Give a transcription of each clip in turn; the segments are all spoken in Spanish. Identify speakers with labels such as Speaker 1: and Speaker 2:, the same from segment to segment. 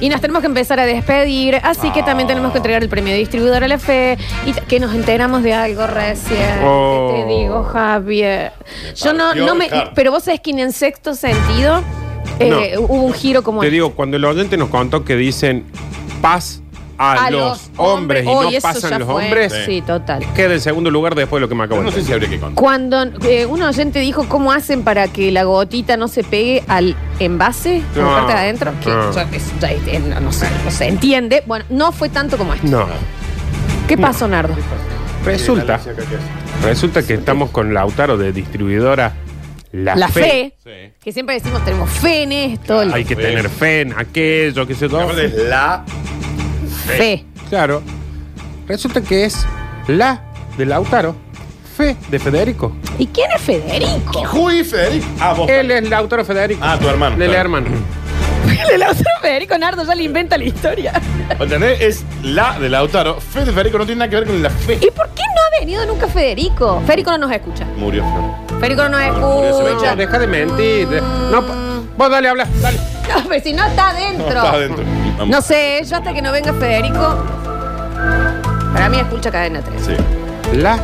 Speaker 1: Y nos tenemos que empezar a despedir, así que también tenemos que entregar el premio de distribuidor a la fe y t- que nos enteramos de algo recién.
Speaker 2: Oh.
Speaker 1: ¿Qué te digo, Javier? Yo no,
Speaker 3: partió
Speaker 1: no
Speaker 3: el
Speaker 1: me.
Speaker 3: heart.
Speaker 1: Pero vos sabés que en sexto sentido eh,
Speaker 2: No.
Speaker 1: hubo un giro como.
Speaker 2: Te digo, cuando el oyente nos contó que dicen paz a, los, hombres y
Speaker 1: Oh,
Speaker 2: no
Speaker 1: eso ya
Speaker 2: pasan los
Speaker 1: fue.
Speaker 2: hombres,
Speaker 1: Sí, total.
Speaker 2: queda en segundo lugar después de lo que me acabo
Speaker 3: No
Speaker 2: de
Speaker 3: sé
Speaker 2: decir.
Speaker 3: si habría que contar.
Speaker 1: Cuando eh, un oyente dijo cómo hacen para que la gotita no se pegue al envase, a la
Speaker 2: No.
Speaker 1: parte de adentro, que
Speaker 2: No.
Speaker 1: o sea, es- ya, eh, no, no se, no se entiende. Bueno, no fue tanto como esto.
Speaker 2: No.
Speaker 1: ¿Qué pasó, Nardo?
Speaker 2: Resulta, resulta que estamos con Lautaro de distribuidora La,
Speaker 1: la
Speaker 2: Fe.
Speaker 1: fe,
Speaker 3: Sí.
Speaker 1: que siempre decimos tenemos fe en esto, la
Speaker 2: Hay que
Speaker 3: Fe.
Speaker 2: tener fe en aquello, que se todo.
Speaker 3: Aparte es la.
Speaker 1: fe.
Speaker 2: Claro. Resulta que es la de Lautaro, fe de Federico.
Speaker 1: ¿Y quién es Federico?
Speaker 3: Juy Federico. Ah, vos.
Speaker 2: Él es Lautaro Federico.
Speaker 3: Ah, tu hermano.
Speaker 2: Del
Speaker 3: claro.
Speaker 2: hermano.
Speaker 1: El otro Federico Nardo ya le inventa la historia.
Speaker 3: ¿Entendés? Es la de Lautaro. Fe de Federico no tiene nada que ver con la fe.
Speaker 1: ¿Y por qué no ha venido nunca Federico? Federico no nos escucha.
Speaker 3: Murió.
Speaker 1: Federico no nos
Speaker 3: Ah, se ve
Speaker 1: escucha.
Speaker 2: No, deja de mentir. De- No, pa- vos dale, habla. Dale.
Speaker 1: No, pero pues si no está
Speaker 3: No,
Speaker 1: adentro.
Speaker 3: está adentro.
Speaker 1: No sé, yo hasta que no venga Federico. Para mí escucha cadena 3.
Speaker 3: Sí.
Speaker 2: La.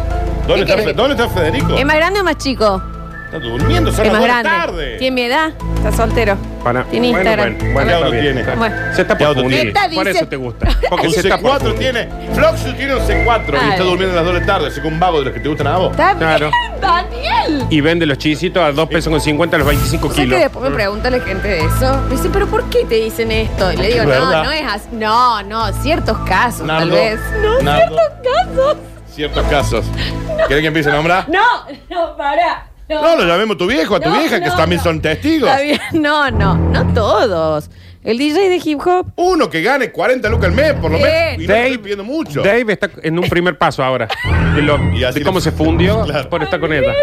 Speaker 3: ¿Dónde,
Speaker 1: ¿Qué
Speaker 3: está,
Speaker 1: querés?
Speaker 3: ¿Dónde está Federico?
Speaker 1: ¿Es más grande o más chico?
Speaker 3: Está durmiendo, son
Speaker 1: Es
Speaker 3: las
Speaker 1: más
Speaker 3: dos de
Speaker 1: grande.
Speaker 3: la tarde.
Speaker 1: Tiene mi edad. Está soltero.
Speaker 2: Para,
Speaker 1: Tiene Instagram.
Speaker 3: ¿Qué
Speaker 2: está
Speaker 3: auto
Speaker 2: bien.
Speaker 3: tiene?
Speaker 2: Está-
Speaker 1: Bueno.
Speaker 2: Se está
Speaker 3: ¿Qué
Speaker 2: por
Speaker 3: auto
Speaker 2: fundir.
Speaker 3: tiene?
Speaker 1: Esta
Speaker 2: Por
Speaker 1: dice-
Speaker 2: eso te gusta. Porque
Speaker 3: Un
Speaker 2: se está por
Speaker 3: C4
Speaker 2: fundir.
Speaker 3: tiene. Floxu tiene un C4 y
Speaker 1: Ay.
Speaker 3: está durmiendo a las 2 de la tarde. Así que un vago de los que te gustan a vos.
Speaker 1: Está
Speaker 2: Claro.
Speaker 1: bien, Daniel.
Speaker 2: Y vende los chisitos a 2 pesos con 50 a los 25
Speaker 1: O sea que
Speaker 2: kilos.
Speaker 1: después me pregunta la gente de eso. Me dice, ¿pero por qué te dicen esto? Y le digo,
Speaker 3: Es
Speaker 1: no,
Speaker 3: verdad.
Speaker 1: no es así. No, no, ciertos casos, tal
Speaker 3: Nardo,
Speaker 1: vez. No,
Speaker 3: Nardo.
Speaker 1: ciertos casos.
Speaker 3: Ciertos casos. ¿Querés que empiece a nombrar?
Speaker 1: No, no, pará. No,
Speaker 3: No, lo llamemos a tu viejo, a tu
Speaker 1: No,
Speaker 3: vieja, que
Speaker 1: no,
Speaker 3: también
Speaker 1: no.
Speaker 3: son testigos.
Speaker 1: Está bien. No, no, no todos. El DJ de hip hop.
Speaker 3: Uno que gane 40 lucas al mes, por lo
Speaker 1: Bien.
Speaker 3: menos. Y no te estoy pidiendo mucho.
Speaker 2: Dave está en un primer paso ahora. De, lo-
Speaker 3: Y así
Speaker 2: de cómo
Speaker 3: lo-
Speaker 2: se fundió
Speaker 3: Claro.
Speaker 2: por estar con ella.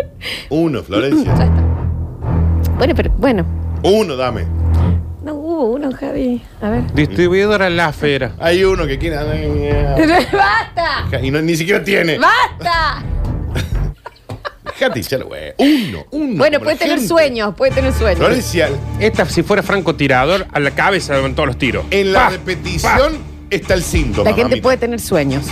Speaker 3: Uno,
Speaker 1: Ya
Speaker 3: Florencia.
Speaker 1: está. Bueno, pero bueno.
Speaker 3: Uno, dame.
Speaker 1: No hubo uno, Javi. A ver.
Speaker 2: Distribuidora La Fera.
Speaker 3: Hay uno que quiere.
Speaker 1: ¡Basta!
Speaker 3: Y no- ni siquiera tiene.
Speaker 1: ¡Basta!
Speaker 3: Déjate hinchar, güey. Uno, uno.
Speaker 1: Bueno,
Speaker 3: como
Speaker 1: puede
Speaker 3: la
Speaker 1: tener
Speaker 3: gente.
Speaker 1: sueños, puede tener sueños.
Speaker 3: Florencia,
Speaker 2: Esta, si fuera francotirador, a la cabeza le todos los tiros.
Speaker 3: en la
Speaker 2: Pa,
Speaker 3: repetición está el síntoma.
Speaker 1: La gente
Speaker 3: mamita.
Speaker 1: puede tener sueños.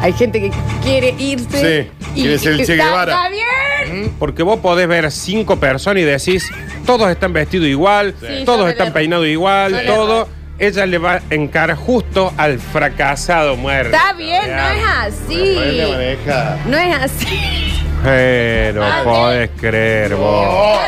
Speaker 1: Hay gente que quiere irse.
Speaker 3: Sí, quiere ser el Che
Speaker 1: está-
Speaker 3: Guevara.
Speaker 1: está bien.
Speaker 2: pa. Porque vos podés ver cinco personas y decís, todos están vestidos igual,
Speaker 1: Sí,
Speaker 2: todos
Speaker 1: suele
Speaker 2: están
Speaker 1: ver.
Speaker 2: peinados igual,
Speaker 1: Suele
Speaker 2: todo. Ella le va a encarar justo al fracasado muerto.
Speaker 1: Está bien, no es
Speaker 3: Florencia
Speaker 1: así.
Speaker 3: maneja.
Speaker 1: No es así.
Speaker 2: Pero
Speaker 1: Ah,
Speaker 2: podés creer vos.
Speaker 3: Oh.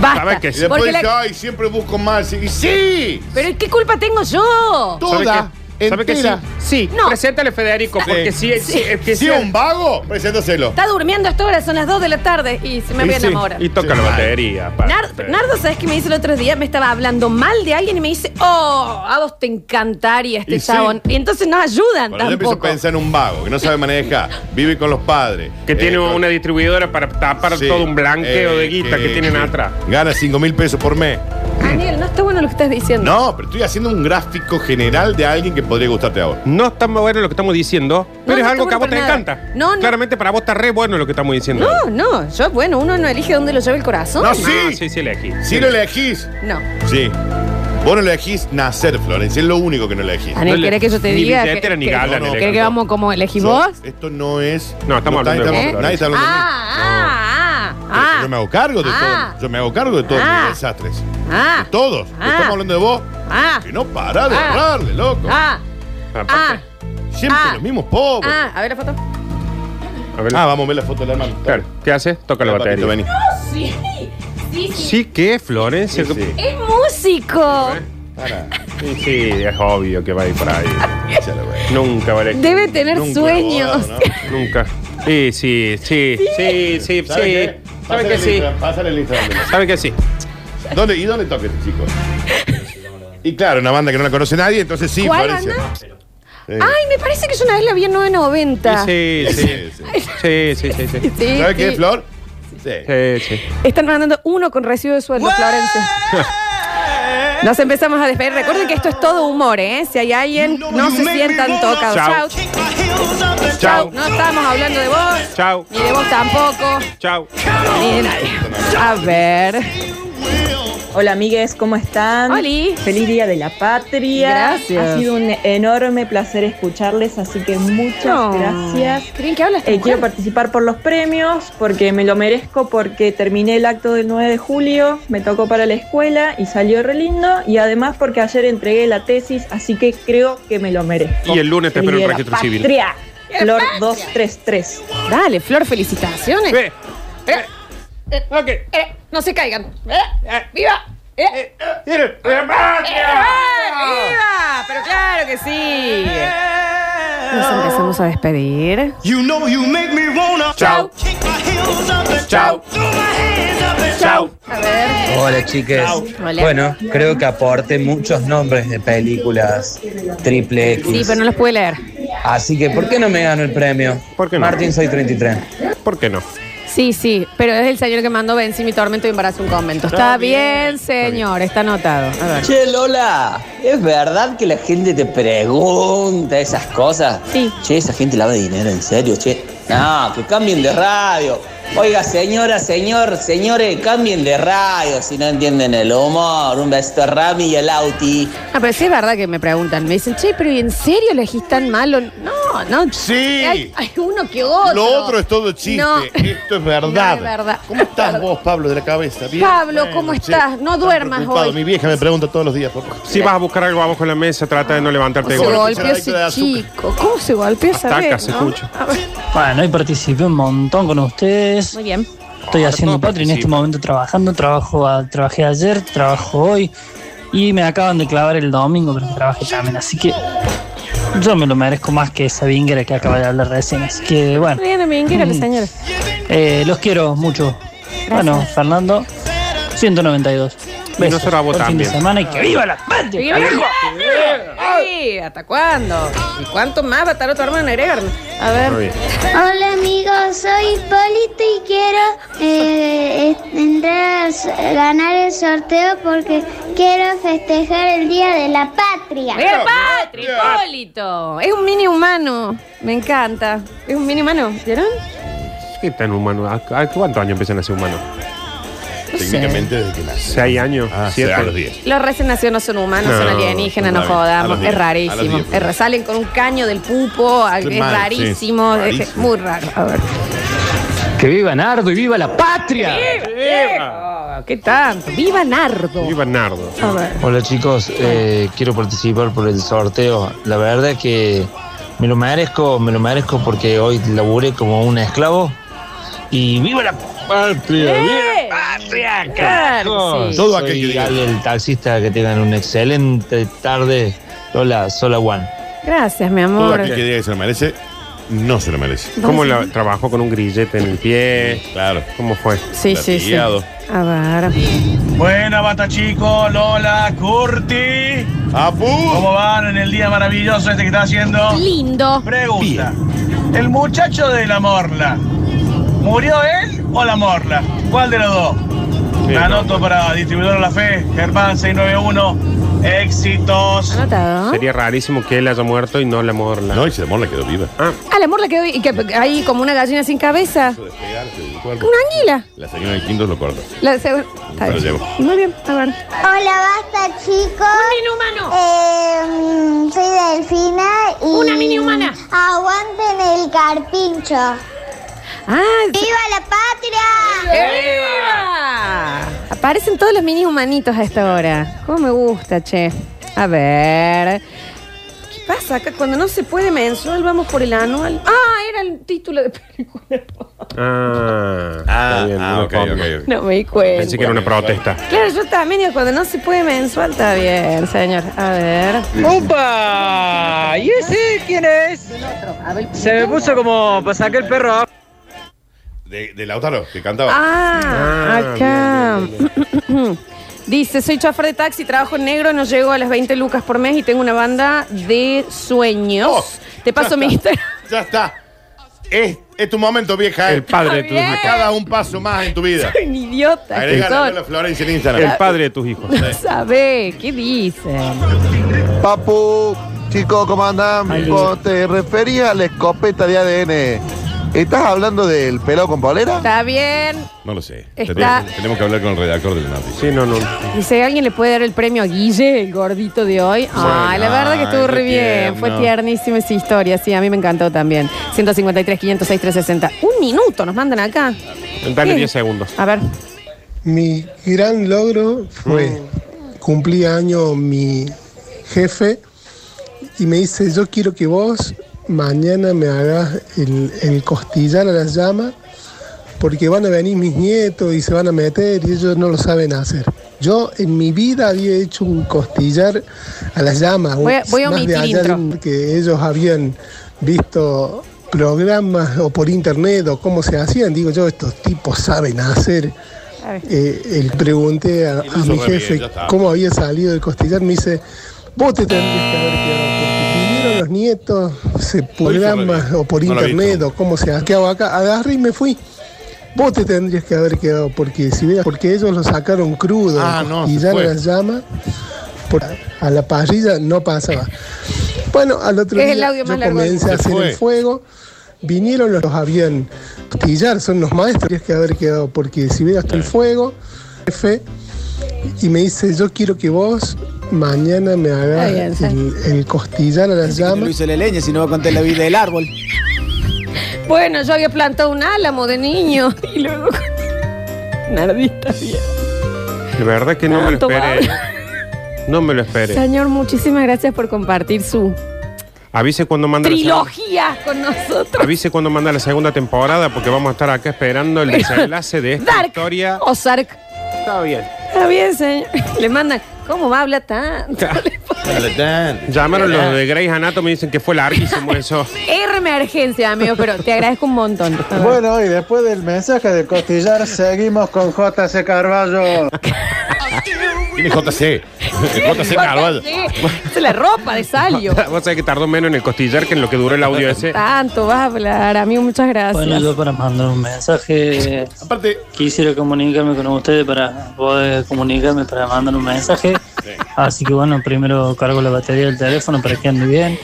Speaker 1: Basta.
Speaker 2: ¿Sabes que
Speaker 3: Y
Speaker 2: sí?
Speaker 3: después
Speaker 1: Porque
Speaker 3: dice,
Speaker 1: la-
Speaker 3: ay, siempre busco más. Y sí,
Speaker 1: Pero ¿qué culpa tengo yo?
Speaker 3: toda,
Speaker 2: ¿Sabe que sí?
Speaker 3: entera.
Speaker 2: Sí,
Speaker 1: No.
Speaker 2: preséntale Federico, porque si es que
Speaker 3: Si
Speaker 2: sea-
Speaker 3: es un vago, preséntaselo.
Speaker 1: Está durmiendo hasta ahora, son las 2 de la tarde y se me
Speaker 2: Y
Speaker 1: voy a
Speaker 2: sí,
Speaker 1: enamorar.
Speaker 2: Y toca
Speaker 3: Sí.
Speaker 2: la batería. pa.
Speaker 1: Nardo,
Speaker 2: Sí.
Speaker 1: Nardo, ¿sabes qué me dice el otro día? Me estaba hablando mal de alguien y me dice, oh, a vos te encantaría este
Speaker 3: Y sí.
Speaker 1: chabón. Y entonces nos ayudan
Speaker 3: Cuando yo empiezo a
Speaker 1: tampoco.
Speaker 3: pensar en un vago que no sabe manejar, vive con los padres.
Speaker 2: Que tiene
Speaker 3: eh, con-
Speaker 2: una distribuidora para tapar
Speaker 3: sí,
Speaker 2: todo un blanqueo de guita
Speaker 3: eh,
Speaker 2: que tienen
Speaker 3: sí.
Speaker 2: atrás.
Speaker 3: Gana 5 mil pesos por mes.
Speaker 1: Daniel, no está bueno lo que estás diciendo.
Speaker 3: No, pero estoy haciendo un gráfico general de alguien que podría gustarte a vos.
Speaker 2: No está muy bueno lo que estamos diciendo, pero
Speaker 1: no
Speaker 2: es
Speaker 1: está
Speaker 2: algo que a
Speaker 1: bueno
Speaker 2: vos te
Speaker 1: para nada.
Speaker 2: encanta.
Speaker 1: No, no.
Speaker 2: Claramente para vos está re bueno lo que estamos diciendo. Ah,
Speaker 1: No, no, yo, bueno, uno no elige dónde lo lleva el corazón.
Speaker 3: No,
Speaker 2: sí.
Speaker 3: sí.
Speaker 2: sí, sí, elegí.
Speaker 3: Si
Speaker 2: Sí.
Speaker 3: lo elegís,
Speaker 1: No.
Speaker 3: sí. Vos no elegís nacer, Florencia, es lo único que no elegís.
Speaker 1: Daniel,
Speaker 2: No le-
Speaker 1: ¿querés que yo te
Speaker 2: ni
Speaker 1: diga?
Speaker 2: billetera
Speaker 1: que-
Speaker 2: ni
Speaker 1: que-
Speaker 2: gala
Speaker 3: no,
Speaker 2: ni
Speaker 3: no.
Speaker 2: elegí.
Speaker 1: ¿Querés que vamos como elegís
Speaker 3: So,
Speaker 1: vos?
Speaker 3: Esto no es.
Speaker 2: No, estamos
Speaker 3: nadie
Speaker 2: hablando de
Speaker 3: está-
Speaker 2: vos,
Speaker 3: Nadie
Speaker 1: Ah,
Speaker 3: está hablando de mí.
Speaker 1: ah, ah,
Speaker 3: Yo-
Speaker 1: ah.
Speaker 3: Yo me hago cargo de
Speaker 1: Ah.
Speaker 3: todo. Yo me hago cargo de todos
Speaker 1: Ah.
Speaker 3: mis desastres.
Speaker 1: Ah,
Speaker 3: De todos.
Speaker 1: Ah.
Speaker 3: Estamos hablando de vos.
Speaker 1: ah,
Speaker 3: Que no pará de
Speaker 1: Ah.
Speaker 3: ahorrarle, loco.
Speaker 1: ah,
Speaker 2: Aparte,
Speaker 1: ah,
Speaker 3: Siempre
Speaker 1: Ah.
Speaker 3: los mismos pobres. Ah.
Speaker 1: ah. A ver la foto.
Speaker 2: a ver,
Speaker 3: vamos a ver la foto de la hermana.
Speaker 2: claro, ¿qué hace? Toca la
Speaker 3: Papito,
Speaker 2: batería.
Speaker 3: vení.
Speaker 1: Sí, sí,
Speaker 2: Sí, que Florencia.
Speaker 3: Sí,
Speaker 2: que-
Speaker 3: sí.
Speaker 1: Es músico.
Speaker 3: Pará.
Speaker 2: Sí, sí, es obvio que va a ir por ahí.
Speaker 3: Échale, güey.
Speaker 2: Nunca va a elegir.
Speaker 1: Debe tener
Speaker 3: Nunca
Speaker 1: sueños.
Speaker 3: abogado,
Speaker 2: Nunca. Sí, sí, sí, sí, sí, sí.
Speaker 3: ¿Sabe qué?
Speaker 2: ¿Sabe
Speaker 3: Pásale
Speaker 2: que
Speaker 3: el
Speaker 2: sí?
Speaker 3: Instagram, Pásale el Instagram.
Speaker 2: ¿Sabe que sí?
Speaker 3: ¿Dónde, ¿Y dónde toca este chico? Y claro, una banda que no la conoce nadie, entonces sí,
Speaker 1: ¿Cuál
Speaker 3: Florencia.
Speaker 1: banda?
Speaker 3: Sí.
Speaker 1: Ay, me parece que yo una vez la vi en 990.
Speaker 2: Sí, sí,
Speaker 3: Sí, sí.
Speaker 2: sí, sí, sí, sí.
Speaker 1: Sí,
Speaker 3: ¿Sabes qué,
Speaker 1: sí.
Speaker 3: Flor? Sí.
Speaker 2: Sí, sí.
Speaker 1: Están mandando uno con recibo de sueldo, Florencia. Nos empezamos a despedir. Recuerden que esto es todo humor, ¿eh? Si hay alguien, no se sientan tocados.
Speaker 2: Chau.
Speaker 1: Chau.
Speaker 2: Chau.
Speaker 1: No estamos hablando de vos.
Speaker 2: Chau.
Speaker 1: Ni de vos tampoco.
Speaker 2: Chau.
Speaker 1: Ni de nadie. A ver.
Speaker 4: Hola amigues, ¿cómo están?
Speaker 1: Oli.
Speaker 4: Feliz Día de la Patria.
Speaker 1: Gracias.
Speaker 4: Ha sido un enorme placer escucharles, así que muchas
Speaker 1: No.
Speaker 4: gracias.
Speaker 1: ¿Qué bien que hablas? esta
Speaker 4: Eh, quiero
Speaker 1: mujer?
Speaker 4: participar por los premios porque me lo merezco porque terminé el acto del 9 de julio, me tocó para la escuela y salió re lindo y además porque ayer entregué la tesis, así que creo que me lo merezco.
Speaker 2: Y el lunes te
Speaker 4: Feliz
Speaker 2: espero en
Speaker 4: Día de la
Speaker 2: registro civil.
Speaker 4: Patria. Flor 233.
Speaker 1: Dale, Flor, felicitaciones.
Speaker 5: Fe.
Speaker 1: Eh, eh,
Speaker 5: Ok.
Speaker 1: eh, no se caigan. Eh, eh, ¡Viva! Eh, eh,
Speaker 5: Tiene-
Speaker 1: ¡Viva! Pero claro que sí. Nos empezamos a despedir.
Speaker 6: You know you make me wanna
Speaker 1: Chau.
Speaker 6: kick my heels up and
Speaker 5: Chau.
Speaker 6: throw my hands up and
Speaker 5: Chau.
Speaker 1: A ver.
Speaker 7: Hola chiques.
Speaker 1: Hola.
Speaker 7: Bueno, creo que aporté muchos nombres de películas triple X.
Speaker 1: Sí, pero no los pude leer.
Speaker 7: Así que, ¿por qué no me gano el premio?
Speaker 2: ¿Por qué no?
Speaker 7: Martín, soy 33.
Speaker 2: ¿Por qué no?
Speaker 1: Sí, sí, pero es el señor que mandó vencí mi tormento y embarazo un convento. Está bien, señor, está anotado. A ver.
Speaker 7: Che, Lola, ¿es verdad que la gente te pregunta esas cosas?
Speaker 1: Sí.
Speaker 7: Che, esa gente lava dinero, en serio, che. No, que cambien de radio. Oiga, señora, señor, señores, cambien de radio si no entienden el humor. Un besito a Rami y a Lauti.
Speaker 1: Ah, pero sí es verdad que me preguntan. Me dicen, che, pero ¿y en serio elegís tan malo? No, no.
Speaker 3: Sí.
Speaker 1: Hay, hay uno que otro.
Speaker 3: Lo otro es todo chiste.
Speaker 1: No.
Speaker 3: Esto es
Speaker 1: No
Speaker 3: verdad.
Speaker 1: es verdad.
Speaker 3: ¿Cómo estás vos, Pablo, de la cabeza? ¿Bien?
Speaker 1: Pablo, ¿cómo estás? No
Speaker 3: tan
Speaker 1: duermas
Speaker 3: preocupado.
Speaker 1: hoy.
Speaker 3: Mi vieja me pregunta todos los días. por-
Speaker 2: Si vas a buscar algo abajo en la mesa, trata de no levantarte de
Speaker 1: ¿Cómo se
Speaker 2: golpe.
Speaker 1: golpeó ese
Speaker 3: Adicto de azúcar.
Speaker 1: chico? ¿Cómo se golpeó esa
Speaker 2: Ataca,
Speaker 1: vez,
Speaker 2: se
Speaker 1: no?
Speaker 2: escucha.
Speaker 1: A ver.
Speaker 8: Bueno, hoy participé un montón con ustedes.
Speaker 1: Muy bien.
Speaker 8: Estoy
Speaker 2: Ahora
Speaker 8: haciendo
Speaker 2: todos
Speaker 8: patria en este
Speaker 2: participan.
Speaker 8: momento trabajando. Trabajo a- trabajé ayer, trabajo hoy. Y me acaban de clavar el domingo, pero trabajé también. Así que yo me lo merezco más que esa vinguera que acaba de hablar recién. Así que bueno,
Speaker 1: Muy bien, amiguera, la señora.
Speaker 8: eh, los quiero mucho. Bueno, Fernando, 192.
Speaker 2: Y nosotros a vos
Speaker 8: Buen fin de
Speaker 2: también.
Speaker 8: semana y que viva la patria. carajo.
Speaker 1: Sí, ¿hasta cuándo? ¿Y cuánto más va a estar tu hermano en agregarme? A
Speaker 2: Muy
Speaker 1: ver.
Speaker 2: bien.
Speaker 9: Hola amigos, soy Hipólito y quiero eh, es- entrar a s- ganar el sorteo porque quiero festejar el Día de la Patria.
Speaker 1: Mira, Patri, Hipólito. Es un mini humano. Me encanta. Es un mini humano. ¿Vieron?
Speaker 2: ¿Qué tan humano? ¿A- a- ¿Cuántos años empiezan a ser humanos?
Speaker 1: No sé.
Speaker 3: Técnicamente desde que nací.
Speaker 2: ¿Seis años?
Speaker 3: Ah,
Speaker 2: ¿Siete?
Speaker 3: a los 10.
Speaker 1: Los recién nacidos no son humanos,
Speaker 2: No,
Speaker 1: son alienígenas, no
Speaker 3: está bien. A
Speaker 1: jodamos.
Speaker 3: los diez,
Speaker 1: Es
Speaker 3: a los
Speaker 1: rarísimo.
Speaker 3: diez.
Speaker 1: Es ra- salen con un caño del pupo, a-
Speaker 3: Qué
Speaker 1: es
Speaker 3: mal, sí.
Speaker 1: rarísimo. es-
Speaker 3: Rarísimo.
Speaker 1: Es muy raro. A ver.
Speaker 8: Que viva Nardo y viva la patria.
Speaker 1: Oh, ¿Qué tanto? ¡Viva Nardo!
Speaker 2: Viva Nardo.
Speaker 1: A ver.
Speaker 7: Hola chicos, eh, quiero participar por el sorteo. La verdad es que me lo merezco, me lo merezco porque hoy laburé como un esclavo. Y viva la patria,
Speaker 1: ¡Eh!
Speaker 7: viva la patria,
Speaker 1: Claro que
Speaker 7: carajo.
Speaker 1: sí.
Speaker 3: Todo aquel que
Speaker 7: Soy
Speaker 3: diga.
Speaker 7: Ale, el taxista, que tengan una excelente tarde. Hola, Sola One.
Speaker 1: Gracias, mi
Speaker 3: Todo
Speaker 1: amor.
Speaker 3: aquel que diga que se lo merece, no se lo merece.
Speaker 2: ¿Cómo la trabajó con un grillete en el pie?
Speaker 3: Claro.
Speaker 2: ¿Cómo fue?
Speaker 1: Sí, sí, sí.
Speaker 3: Latigado.
Speaker 1: A ver.
Speaker 10: Buena bata chico, Lola, Curti.
Speaker 3: ¡Apu!
Speaker 10: ¿Cómo van en el día maravilloso este que está haciendo?
Speaker 1: Lindo.
Speaker 10: Pregunta. El muchacho de la morla. ¿Murió él o la morla? ¿Cuál de los dos?
Speaker 2: Sí,
Speaker 10: La anoto para distribuidor La Fe, Germán 691. Éxitos.
Speaker 1: Anotado.
Speaker 2: Sería rarísimo que él haya muerto y no la morla.
Speaker 3: No, y se demora, quedó viva.
Speaker 2: Ah,
Speaker 1: Ah, la morla quedó y que hay como una gallina sin cabeza.
Speaker 3: Eso de pegarse del cuerpo.
Speaker 1: Una anguila.
Speaker 3: La señora del Quinto lo corta.
Speaker 1: La se- Está
Speaker 3: Pero
Speaker 1: bien.
Speaker 3: llevo.
Speaker 1: Muy bien, a ver.
Speaker 9: Hola, basta chicos.
Speaker 1: Inhumano.
Speaker 9: Eh, mm, soy Delfina y...
Speaker 1: Una mini humana.
Speaker 9: Aguanten el carpincho.
Speaker 1: Ah,
Speaker 9: ¡Viva la patria!
Speaker 1: ¡Viva! Aparecen todos los mini humanitos a esta hora. ¿Cómo me gusta, che? A ver. ¿Qué pasa acá? Cuando no se puede mensual, vamos por el anual. Ah, era el título de película.
Speaker 2: ah, está
Speaker 3: Ah,
Speaker 2: bien,
Speaker 3: ah,
Speaker 2: una
Speaker 3: ok,
Speaker 2: forma.
Speaker 3: ok, ok.
Speaker 1: No me di cuenta.
Speaker 2: Pensé que era una protesta.
Speaker 1: Claro, yo también digo, cuando no se puede mensual, está bien, señor. A ver.
Speaker 11: ¡Upa! ¿Y ese quién es? Se me puso como para sacar el perro.
Speaker 3: De, de Lautaro, que cantaba.
Speaker 1: Ah, acá. Dice, soy chofer de taxi, trabajo en negro, no llego a las 20 lucas por mes y tengo una banda de sueños.
Speaker 3: Oh,
Speaker 1: Te paso mi Instagram.
Speaker 3: Ya está. Es, es tu momento, vieja.
Speaker 2: El
Speaker 3: eh.
Speaker 2: padre de tus
Speaker 1: Está
Speaker 2: hijos.
Speaker 1: bien.
Speaker 3: Cada un paso más en tu vida.
Speaker 1: Un idiota.
Speaker 3: Agrega
Speaker 1: que
Speaker 3: la
Speaker 1: son.
Speaker 3: Lola Florencia en Instagram.
Speaker 2: El padre de tus hijos.
Speaker 1: No sabe, ¿qué dicen?
Speaker 10: Papu, chicos, ¿cómo andan? Te refería a la escopeta de ADN.
Speaker 12: ¿Estás hablando del pelado con polera?
Speaker 1: Está bien.
Speaker 3: No lo sé.
Speaker 1: Está-
Speaker 3: Tenemos, tenemos que hablar con el redactor del noticia.
Speaker 2: Sí, no, no.
Speaker 1: Dice, ¿alguien le puede dar el premio a Guille, el gordito de hoy? Ay, la verdad que estuvo
Speaker 3: ay,
Speaker 1: re
Speaker 3: qué
Speaker 1: bien.
Speaker 3: tierno.
Speaker 1: Fue tiernísima esa historia. Sí, a mí me encantó también. 153, 506, 360. Un minuto nos mandan acá.
Speaker 2: Dale
Speaker 1: Sí.
Speaker 2: 10 segundos.
Speaker 1: A ver.
Speaker 13: Mi gran logro fue cumplí año mi jefe y me dice, yo quiero que vos mañana me hagas el, el costillar a las llamas porque van a venir mis nietos y se van a meter y ellos no lo saben hacer. Yo en mi vida había hecho un costillar a las llamas,
Speaker 1: Voy a- voy a
Speaker 13: más de
Speaker 1: omitir
Speaker 13: allá de
Speaker 1: intro.
Speaker 13: un- que ellos habían visto programas o por internet o cómo se hacían. Digo yo, estos tipos saben hacer. Eh, él pregunté a, a
Speaker 3: hizo
Speaker 13: mi
Speaker 3: re
Speaker 13: jefe
Speaker 3: bien, ya está.
Speaker 13: cómo había salido el costillar. Me dice, vos te tendrías que haber quedado. porque Vinieron los nietos, se programas o por
Speaker 3: No lo he
Speaker 13: internet o cómo se hace. ¿Qué hago acá? Agarré y me fui. Vos te tendrías que haber quedado porque si veas, porque ellos lo sacaron crudo
Speaker 3: Ah, no,
Speaker 13: y
Speaker 3: se
Speaker 13: ya
Speaker 3: fue.
Speaker 13: las llama por- a la parrilla no pasaba. Bueno, al otro
Speaker 1: Es el
Speaker 13: día
Speaker 1: audio
Speaker 13: yo
Speaker 1: más largo.
Speaker 13: comencé
Speaker 1: Se
Speaker 13: a hacer
Speaker 1: fue.
Speaker 13: el fuego. Vinieron los, los habían pillar, son los maestros tendrías que haber quedado porque si veas hasta el fuego, jefe, y me dice, yo quiero que vos mañana me hagas
Speaker 14: bien, sí.
Speaker 13: el, el costillar a las
Speaker 14: No lo
Speaker 13: llamas.
Speaker 14: hizo la leña, sino va a contar la vida del árbol.
Speaker 1: Bueno, yo había plantado un álamo de niño y luego. Nardita bien.
Speaker 2: De verdad que no me lo
Speaker 1: Tanto
Speaker 2: esperé. No me lo esperé.
Speaker 1: Señor, muchísimas gracias por compartir su
Speaker 2: Avise cuando manda la segunda-
Speaker 1: trilogía con nosotros.
Speaker 2: Avise cuando manda la segunda temporada porque vamos a estar acá esperando el desenlace de esta
Speaker 1: Dark Oh.
Speaker 2: historia.
Speaker 1: o Sark.
Speaker 2: Está bien.
Speaker 1: Está bien, señor. Le mandan, ¿cómo va a hablar tanto?
Speaker 2: Llamaron los de Grey's Anatomy y dicen que fue larguísimo eso.
Speaker 1: Emergencia, amigo, pero te agradezco un montón. A ver.
Speaker 15: Bueno, y después del mensaje de costillar, seguimos con JC Carballo.
Speaker 3: Tiene JC. JC Carvalho.
Speaker 1: Sí, es la ropa de Salio.
Speaker 2: Vos sabés que tardó menos en el costillar que en lo que duró el audio ese.
Speaker 1: Tanto vas a hablar, amigo, muchas gracias.
Speaker 8: Bueno, yo para mandar un mensaje.
Speaker 3: Aparte,
Speaker 8: quisiera comunicarme con ustedes para poder comunicarme para mandar un mensaje. Así que bueno, primero cargo la batería del teléfono para que ande bien.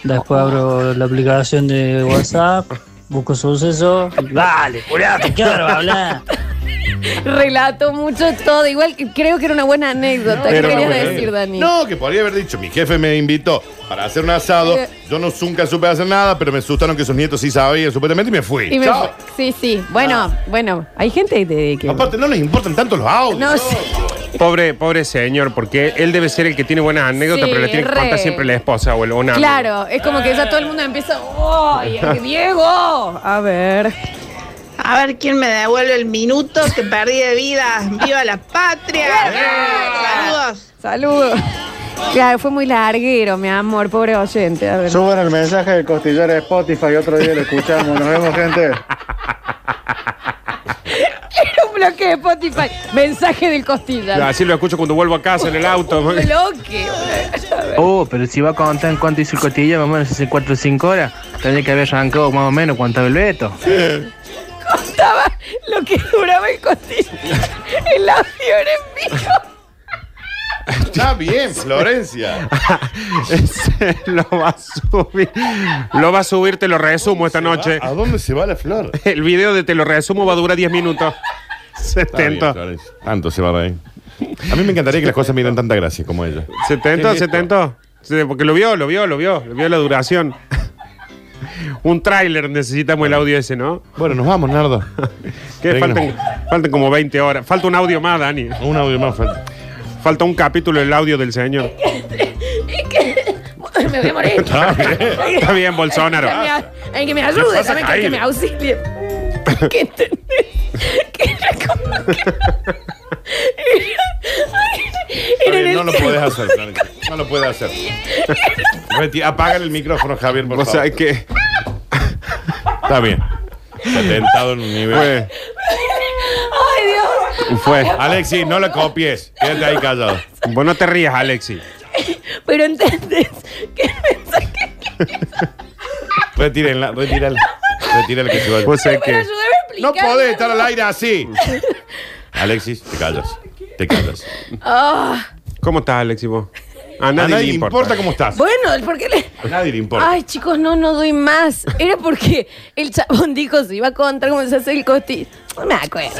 Speaker 8: Después abro la aplicación de WhatsApp, busco suceso. Vale, curiate, ¿qué hora va a hablar?
Speaker 1: Relato mucho todo. Igual que creo que era una buena anécdota. ¿Qué
Speaker 3: Pero
Speaker 1: querías
Speaker 3: no, bueno.
Speaker 1: decir, Dani?
Speaker 3: No, que podría haber dicho, mi jefe me invitó para hacer un asado,
Speaker 1: Eh.
Speaker 3: yo no nunca supe hacer nada, pero me asustaron que sus nietos sí sabían, supuestamente, y me fui.
Speaker 1: Y me
Speaker 3: Chao. Ah.
Speaker 1: fue- sí, sí. Bueno, bueno, hay gente de que.
Speaker 3: Aparte, no les importan tanto los audios.
Speaker 1: No sé.
Speaker 2: Pobre, pobre señor, porque él debe ser el que tiene buenas anécdotas,
Speaker 1: Sí,
Speaker 2: pero le tiene que contar
Speaker 1: re.
Speaker 2: siempre la esposa o el o un amigo.
Speaker 1: Claro, es como que ya todo el mundo empieza. ¡Ay, es que Diego! A ver.
Speaker 16: A ver quién me devuelve el minuto que perdí de vida. ¡Viva la patria! Saludos.
Speaker 1: Saludos. Claro, fue muy larguero, mi amor, pobre oyente. A ver.
Speaker 15: Suban el mensaje del costillar a Spotify, otro día lo escuchamos. Nos vemos, gente.
Speaker 1: Era un bloque de Spotify. Mensaje del costilla.
Speaker 2: Así lo escucho cuando vuelvo a casa en el auto.
Speaker 1: Un bloque. A ver.
Speaker 17: Oh, pero si va a contar en cuánto hizo el cotilla, más o menos hace 4 o 5 horas, tendría que haber arrancado más o menos cuánto el Beto.
Speaker 1: Contaba lo que duraba el costilla. El audio era en vivo.
Speaker 3: Está bien, Florencia.
Speaker 2: Ese lo va a subir. Lo va a subir, te lo resumo esta noche.
Speaker 3: ¿A dónde se va la flor?
Speaker 2: El video de te lo resumo va a durar 10 minutos.
Speaker 3: Está bien,
Speaker 2: 70.
Speaker 3: Florencia. Tanto se va a reír. A mí me encantaría que las cosas me dieran tanta gracia como ella.
Speaker 2: ¿Se tentó?
Speaker 3: ¿Qué
Speaker 2: ¿Se
Speaker 3: es
Speaker 2: tentó? Sí, Porque lo vio, lo vio, lo vio, lo vio la duración. Un tráiler necesitamos el audio ese, ¿no?
Speaker 3: Bueno, nos vamos, Nardo.
Speaker 2: Que
Speaker 3: Venga.
Speaker 2: faltan, faltan como 20 horas. Falta un audio más, Dani.
Speaker 3: Un audio más falta.
Speaker 2: Falta un capítulo del audio del señor.
Speaker 1: Es que. Me voy a morir.
Speaker 3: Ah.
Speaker 2: Está bien. Está bien, Bolsonaro.
Speaker 1: Hay que me ayude,
Speaker 2: Vas a
Speaker 1: también que hay que
Speaker 2: caer.
Speaker 1: me auxilie. ¿Qué entendés? Que era como que- Era- era en
Speaker 3: Oye,
Speaker 1: el
Speaker 3: no lo
Speaker 1: tiempo
Speaker 3: puedes hacer, Florencia. No lo puedes hacer. Reti, apaga el micrófono, Javier, por
Speaker 2: Vos
Speaker 3: favor.
Speaker 2: sabés que.
Speaker 3: Está bien. Está tentado en un nivel.
Speaker 1: Ay, Dios.
Speaker 2: Fue.
Speaker 3: Alexi, no la copies. Quédate ahí callado.
Speaker 2: Vos no te rías, Alexi.
Speaker 1: Pero entendés.
Speaker 3: Retírenla, retírala. Retírala que se vaya.
Speaker 2: Vos sabés que.
Speaker 3: No podés estar al aire así. Alexis, te callas. Te callas.
Speaker 1: Ah,
Speaker 2: ¿Cómo estás, Alexi, vos? A nadie, le importa.
Speaker 3: cómo estás.
Speaker 1: Bueno, porque le...
Speaker 3: A nadie le importa.
Speaker 1: Ay, chicos, no, no doy más. Era porque el chabón dijo se iba a contar cómo se hace el costi. No me acuerdo.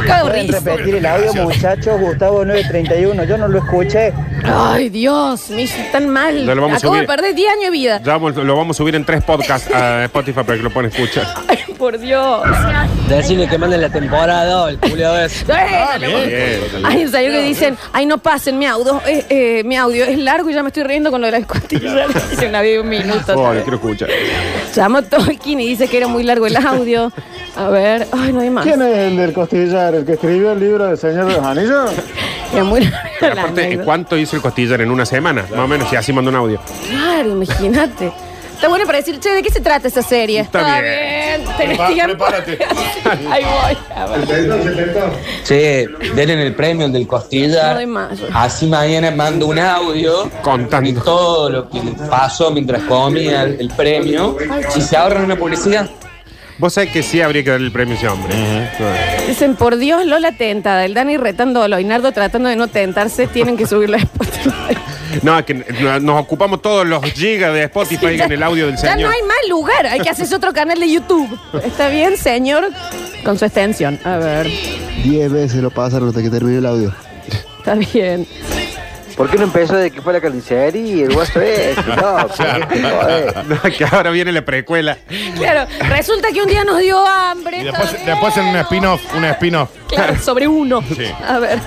Speaker 1: Me cago en
Speaker 18: ¿Pueden
Speaker 1: risa.
Speaker 18: repetir el audio, muchachos? Gustavo 931, yo no lo escuché.
Speaker 1: Ay, Dios, me hizo tan mal.
Speaker 2: Ya lo vamos a
Speaker 1: Acabo de
Speaker 2: subir.
Speaker 1: perder 10 años de vida.
Speaker 2: Ya vamos- lo vamos a subir en tres podcasts a Spotify para que lo puedan escuchar.
Speaker 1: Ay, por Dios.
Speaker 7: Decirle que manden la temporada 2, el culo es.
Speaker 2: Bien.
Speaker 1: Hay un señor que dicen, ay, no pasen, mi audio, eh, eh, mi audio es largo y ya me estoy riendo con lo de las costillas. Dice una vez un minuto.
Speaker 2: Oh, lo quiero escuchar.
Speaker 1: Llamó Tolkien y dice que era muy largo el audio. A ver, ay, no hay más.
Speaker 15: ¿Quién es el del costillar? ¿El que escribió el libro del Señor de los Anillos?
Speaker 1: Era muy
Speaker 2: Pero
Speaker 1: largo la
Speaker 2: aparte,
Speaker 1: anécdota.
Speaker 2: ¿cuánto hizo el costillar en una semana? Más o menos, y así mandó un audio.
Speaker 1: Claro, imagínate. Está bueno para decir, che, ¿de qué se trata esa serie?
Speaker 2: Está
Speaker 1: bien. tenés
Speaker 3: Prepa-
Speaker 1: tiempo.
Speaker 3: Prepárate.
Speaker 1: Ahí voy. A ver.
Speaker 7: Che, denle el premio del
Speaker 1: No
Speaker 7: costillar.
Speaker 1: doy más.
Speaker 7: Así mañana mando un audio contando todo lo que pasó mientras comía el, el premio. Si se ahorran una publicidad.
Speaker 2: Vos sabés que sí habría que darle el premio a ese hombre.
Speaker 1: Mm.
Speaker 2: Sí.
Speaker 1: Dicen, por Dios, Lola tentada, el Dani retándolo y Nardo tratando de no tentarse, tienen que subirlo a Spotify.
Speaker 2: No, es que no- nos ocupamos todos los gigas de Spotify en el audio del
Speaker 1: Ya no
Speaker 2: señor.
Speaker 1: hay más lugar, hay que hacerse otro canal de YouTube. ¿Está bien, señor? Con su extensión. A ver,
Speaker 19: Diez veces lo pasaron hasta que terminó el audio.
Speaker 1: está bien.
Speaker 18: ¿Por qué no empezó de que fue la carnicería y el guaso es? No,
Speaker 2: No, que ahora viene la precuela.
Speaker 1: Claro, resulta que un día nos dio hambre.
Speaker 3: Y
Speaker 1: está
Speaker 3: después,
Speaker 1: bien.
Speaker 3: después hacen una spin-off, una spin-off.
Speaker 1: Claro, sobre uno.
Speaker 3: Sí.
Speaker 1: A ver.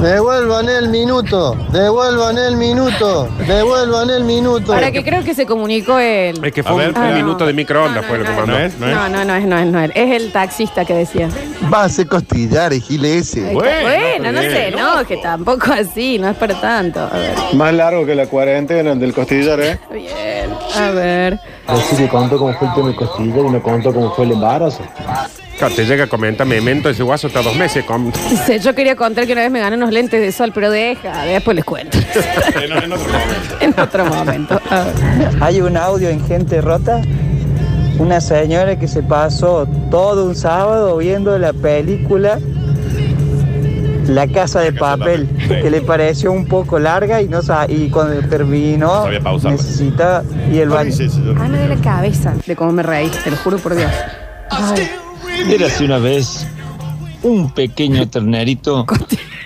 Speaker 19: Devuelvan el minuto, devuelvan el minuto, devuelvan el minuto.
Speaker 1: Ahora que creo que se comunicó él.
Speaker 2: Es que fue un,
Speaker 1: Ah, no.
Speaker 2: minuto de microondas, fue lo que mandó.
Speaker 1: No, no, no es, no es, no es. Es el taxista que decía.
Speaker 19: Va a ser costillar, el gil ese.
Speaker 1: Ay, está Bueno, no sé, no, que tampoco así, no es para tanto. A ver.
Speaker 15: Más largo que la cuarentena el del costillar, ¿eh?
Speaker 1: Bien. A ver.
Speaker 12: Así que contó cómo fue el tema del costillar y no contó cómo fue el embarazo.
Speaker 2: Claro, te llega a comentar, memento, ese guaso está dos meses. Con...
Speaker 1: Dice, yo quería contar que una vez me gané unos lentes de sol, pero deja, después les cuento. en otro momento. A ver.
Speaker 18: Hay un audio en Gente Rota. Una señora que se pasó todo un sábado viendo la película La Casa de Papel,
Speaker 3: Papel.
Speaker 18: que le pareció un poco larga y no sa- y cuando terminó
Speaker 3: Sabía pausarla.
Speaker 18: necesitaba y el baño.
Speaker 1: Ah, me de la cabeza de cómo me reí, te lo juro por Dios. Ay,
Speaker 20: Érase una vez un pequeño ternerito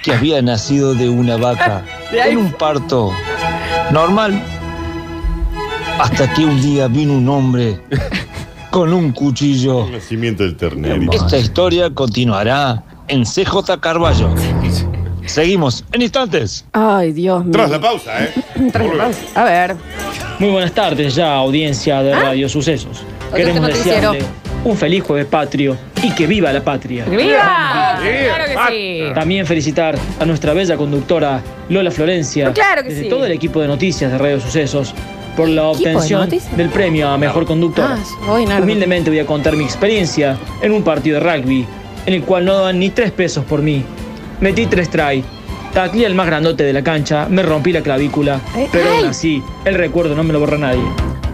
Speaker 20: que había nacido de una vaca en un parto normal. Hasta que un día vino un hombre con un cuchillo.
Speaker 3: Nacimiento del ternero.
Speaker 1: Este
Speaker 20: Esta historia continuará en CJ Carballo. Seguimos en instantes.
Speaker 1: ay, Dios mío.
Speaker 20: Tras la
Speaker 3: pausa, ¿eh?
Speaker 1: Tras la pausa. A ver.
Speaker 21: Muy buenas tardes ya, audiencia
Speaker 1: ¿Ah?
Speaker 21: de Radio Sucesos.
Speaker 1: Otro
Speaker 21: Queremos
Speaker 1: noticiero.
Speaker 21: desearle un feliz jueves patrio y que viva la patria.
Speaker 1: ¡Viva! ¡Claro que sí!
Speaker 21: También felicitar a nuestra bella conductora Lola Florencia,
Speaker 1: Claro que
Speaker 21: desde
Speaker 1: sí.
Speaker 21: todo el equipo de noticias de Radio Sucesos, por la
Speaker 1: ¿Equipo de
Speaker 21: obtención
Speaker 1: noticias?
Speaker 21: del premio a Mejor Conductora.
Speaker 1: Ah, hoy Nardo.
Speaker 21: Humildemente voy a contar mi experiencia en un partido de rugby, en el cual no daban ni tres pesos por mí. Metí tres try, taclé al más grandote de la cancha, me rompí la clavícula,
Speaker 1: Eh,
Speaker 21: pero
Speaker 1: ay.
Speaker 21: aún así, el recuerdo no me lo borra nadie.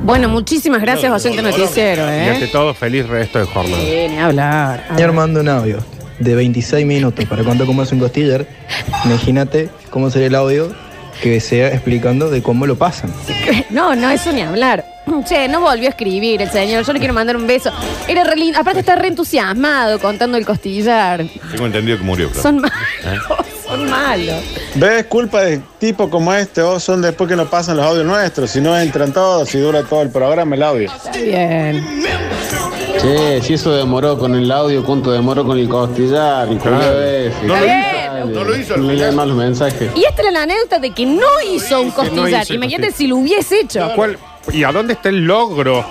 Speaker 1: Bueno, muchísimas gracias, oyente noticiero,
Speaker 2: Y ante
Speaker 1: ¿eh?
Speaker 2: todo, feliz resto de jornada.
Speaker 1: Sí, ni hablar. A
Speaker 22: Señor,
Speaker 1: ver.
Speaker 22: mando un audio de 26 minutos para contar cómo es un costillar. Imagínate cómo sería el audio que sea explicando de cómo lo pasan.
Speaker 1: No, no, eso ni hablar. Che, no volvió a escribir el señor. Yo le quiero mandar un beso. Era re lindo. Aparte está re entusiasmado contando el costillar.
Speaker 3: Tengo entendido que murió, pero.
Speaker 1: Son malos, son malos.
Speaker 15: ¿Ves? Culpa de tipo como este o son después que nos pasan los audios nuestros. Si no entran todos, si dura todo el programa el audio.
Speaker 1: Está bien.
Speaker 23: Che, si eso demoró con el audio, ¿cuánto demoró con el costillar? Y con
Speaker 3: Claro.
Speaker 23: vez.
Speaker 3: No
Speaker 1: lo hizo.
Speaker 23: No lo hizo. No lean más los mensajes.
Speaker 1: Y esta era la anécdota de que no hizo un
Speaker 2: hizo
Speaker 1: costillar.
Speaker 2: el
Speaker 1: Imagínate
Speaker 2: costillar.
Speaker 1: si lo hubiese hecho.
Speaker 2: ¿Cuál- ¿Y a dónde está el logro?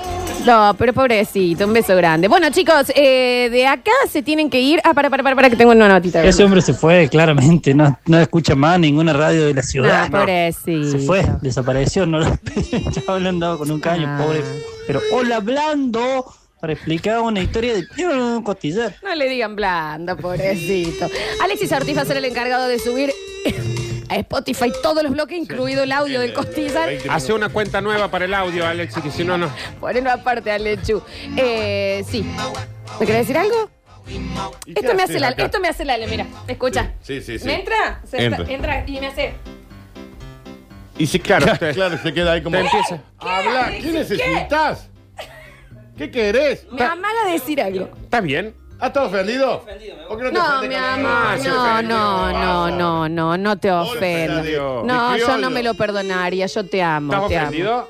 Speaker 1: No, pero pobrecito, un beso grande. Bueno, chicos, eh, de acá se tienen que ir. Ah, para, para, para, para que tengo una notita.
Speaker 8: Ese hombre se fue, claramente. No, no escucha más ninguna radio de la ciudad.
Speaker 1: Ah, pobrecito.
Speaker 8: Se fue, desapareció. No lo Chaval andaba con un
Speaker 1: Ah.
Speaker 8: caño, pobre. Pero hola, blando. Para explicar una historia de un costillar.
Speaker 1: No le digan blando, pobrecito. Alexis Ortiz va a ser el encargado de subir a Spotify todos los bloques, incluido el audio del costillar.
Speaker 2: Hace una cuenta nueva para el audio, Alex, que si no, no.
Speaker 1: Ponelo aparte, Alechu. Eh, sí. ¿Me querés decir algo? Esto me, hace
Speaker 2: haces
Speaker 1: la,
Speaker 2: acá?
Speaker 1: esto me hace la... Mira, escucha.
Speaker 3: Sí, sí, sí.
Speaker 1: ¿Me entra? Se
Speaker 3: Entra.
Speaker 1: está- entra y me hace...
Speaker 3: Y si, claro, claro, se queda ahí como. "Ah,
Speaker 2: Te empieza.
Speaker 3: Habla, ¿qué necesitas? ¿Qué querés?
Speaker 1: Me amara decir algo.
Speaker 2: ¿Estás bien?
Speaker 3: ¿Has estado ofendido? ¿Por qué no te
Speaker 1: No,
Speaker 3: ofendes
Speaker 1: mi amor,
Speaker 3: conmigo? Ah, sí,
Speaker 1: no,
Speaker 3: ofendido.
Speaker 1: no, no, no, no, no te ofendas.
Speaker 2: ofendido.
Speaker 1: No,
Speaker 2: Mi
Speaker 1: yo
Speaker 2: criollo.
Speaker 1: no me lo perdonaría, yo te
Speaker 2: ¿Estás
Speaker 1: amo, te amo.
Speaker 2: ofendido?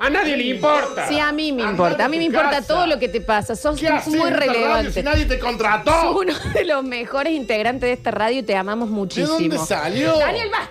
Speaker 2: A nadie le importa.
Speaker 1: Sí, a mí me importa, a mí me importa todo lo que te pasa, sos
Speaker 3: ¿Qué haces
Speaker 1: muy
Speaker 3: en esta radio si
Speaker 1: relevante.
Speaker 3: nadie te contrató?
Speaker 1: Sos uno de los mejores integrantes de esta radio y te amamos muchísimo.
Speaker 3: salió?
Speaker 1: Daniel Vázquez.